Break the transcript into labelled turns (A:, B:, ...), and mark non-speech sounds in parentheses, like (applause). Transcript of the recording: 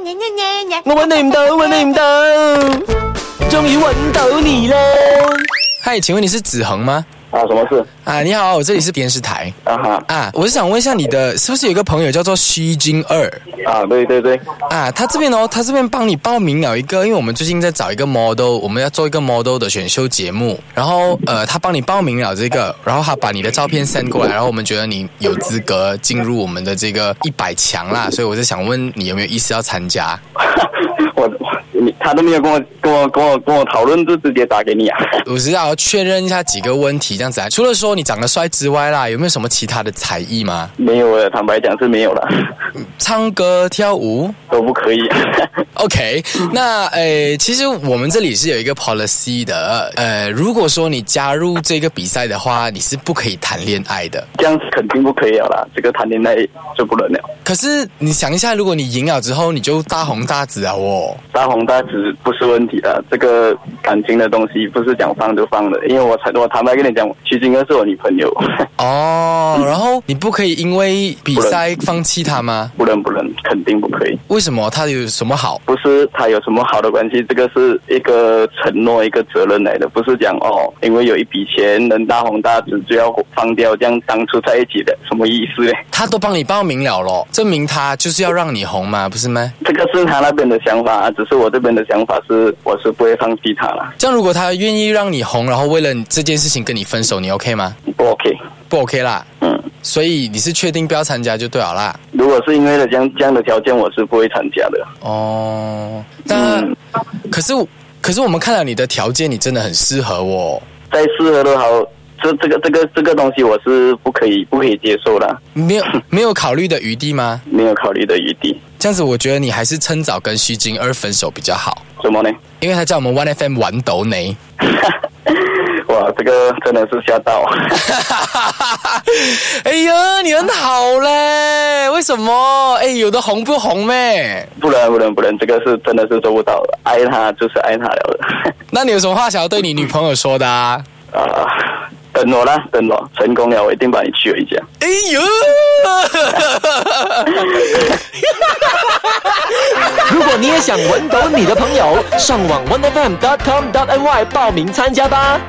A: 揾嘢。
B: 我揾你唔到，揾你唔到，终于揾到你啦！
C: 嗨，请问你是子恒吗？
D: 啊，什么事？
C: 啊，你好，我这里是电视台
D: 啊哈
C: 啊，我是想问一下你的，是不是有一个朋友叫做虚金二
D: 啊，对对对， (laughs)
C: 啊？他这边哦，他这边帮你报名了一个，因为我们最近在找一个 model，我们要做一个 model 的选秀节目，然后呃，他帮你报名了这个，然后他把你的照片 send 过来，然后我们觉得你有资格进入我们的这个一百强啦，所以我就想问你有没有意思要参加？
D: 我我你他都没有跟我跟我跟我跟我讨论，就直接打给你啊。 (laughs)
C: 我是要确认一下几个问题，这样子啊。除了说你长得帅之外啦，有没有什么其他的才艺吗？
D: 没有了，坦白讲是没有了，
C: 唱歌、跳舞
D: (laughs) 都不可以。 (laughs)
C: ？OK，那呃，其实我们这里是有一个 policy 的，呃，如果说你加入这个比赛的话，你是不可以谈恋爱的。
D: 这样肯定不可以了啦，这个谈恋爱就不能了。
C: 可是你想一下，如果你赢了之后，你就大红大紫啊哦。
D: 大红大紫不是问题的，这个感情的东西不是讲放就放的，因为我坦我坦白跟你讲，徐金哥是我女朋友， (laughs)
C: 哦，然后你不可以因为比赛放弃他吗？
D: 不能不能，肯定不可以。
C: 为什么？他有什么好？
D: 不是他有什么好的关系，这个是一个承诺、一个责任来的，不是讲哦，因为有一笔钱能大红大紫就要放掉，这样当初在一起的什么意思呢？ (laughs)
C: 他都帮你报名了咯，证明他就是要让你红嘛，不是吗？
D: 这个是他那边的想法，只是我这边的想法是，我是不会放弃他了，
C: 这样如果他愿意让你红，然后为了你这件事情跟你分手，你 OK 吗？
D: 不 OK。
C: 不 OK 啦，
D: 嗯，
C: 所以你是确定不要参加就对了啦。
D: 如果是因为了这样这样的条件，我是不会参加的。
C: 哦，那、可是可是我们看了你的条件，你真的很适合我。
D: 再适合都好，这这个这个这个东西我是不可以不可以接受的，
C: 没有没有考虑的余地吗？
D: 没有考虑的余地。
C: 这样子，我觉得你还是趁早跟徐金二分手比较好，
D: 怎么呢？ (laughs)
C: 因为他叫我们 One FM 玩斗你。
D: 哇，这个真的是吓到。
C: (laughs) 哎呀，你很好嘞，为什么？哎，有的红不红咩？
D: 不能不能不能，这个是真的是做不到的。爱他就是爱他了 (laughs) 的。
C: 那你有什么话想要对你女朋友说的啊？
D: 啊、等我啦，等我成功了，我一定把你娶回家。
C: 哎呦！
B: 如果你也想揾到你的朋友，上网 onefm.com.ny 报名参加吧。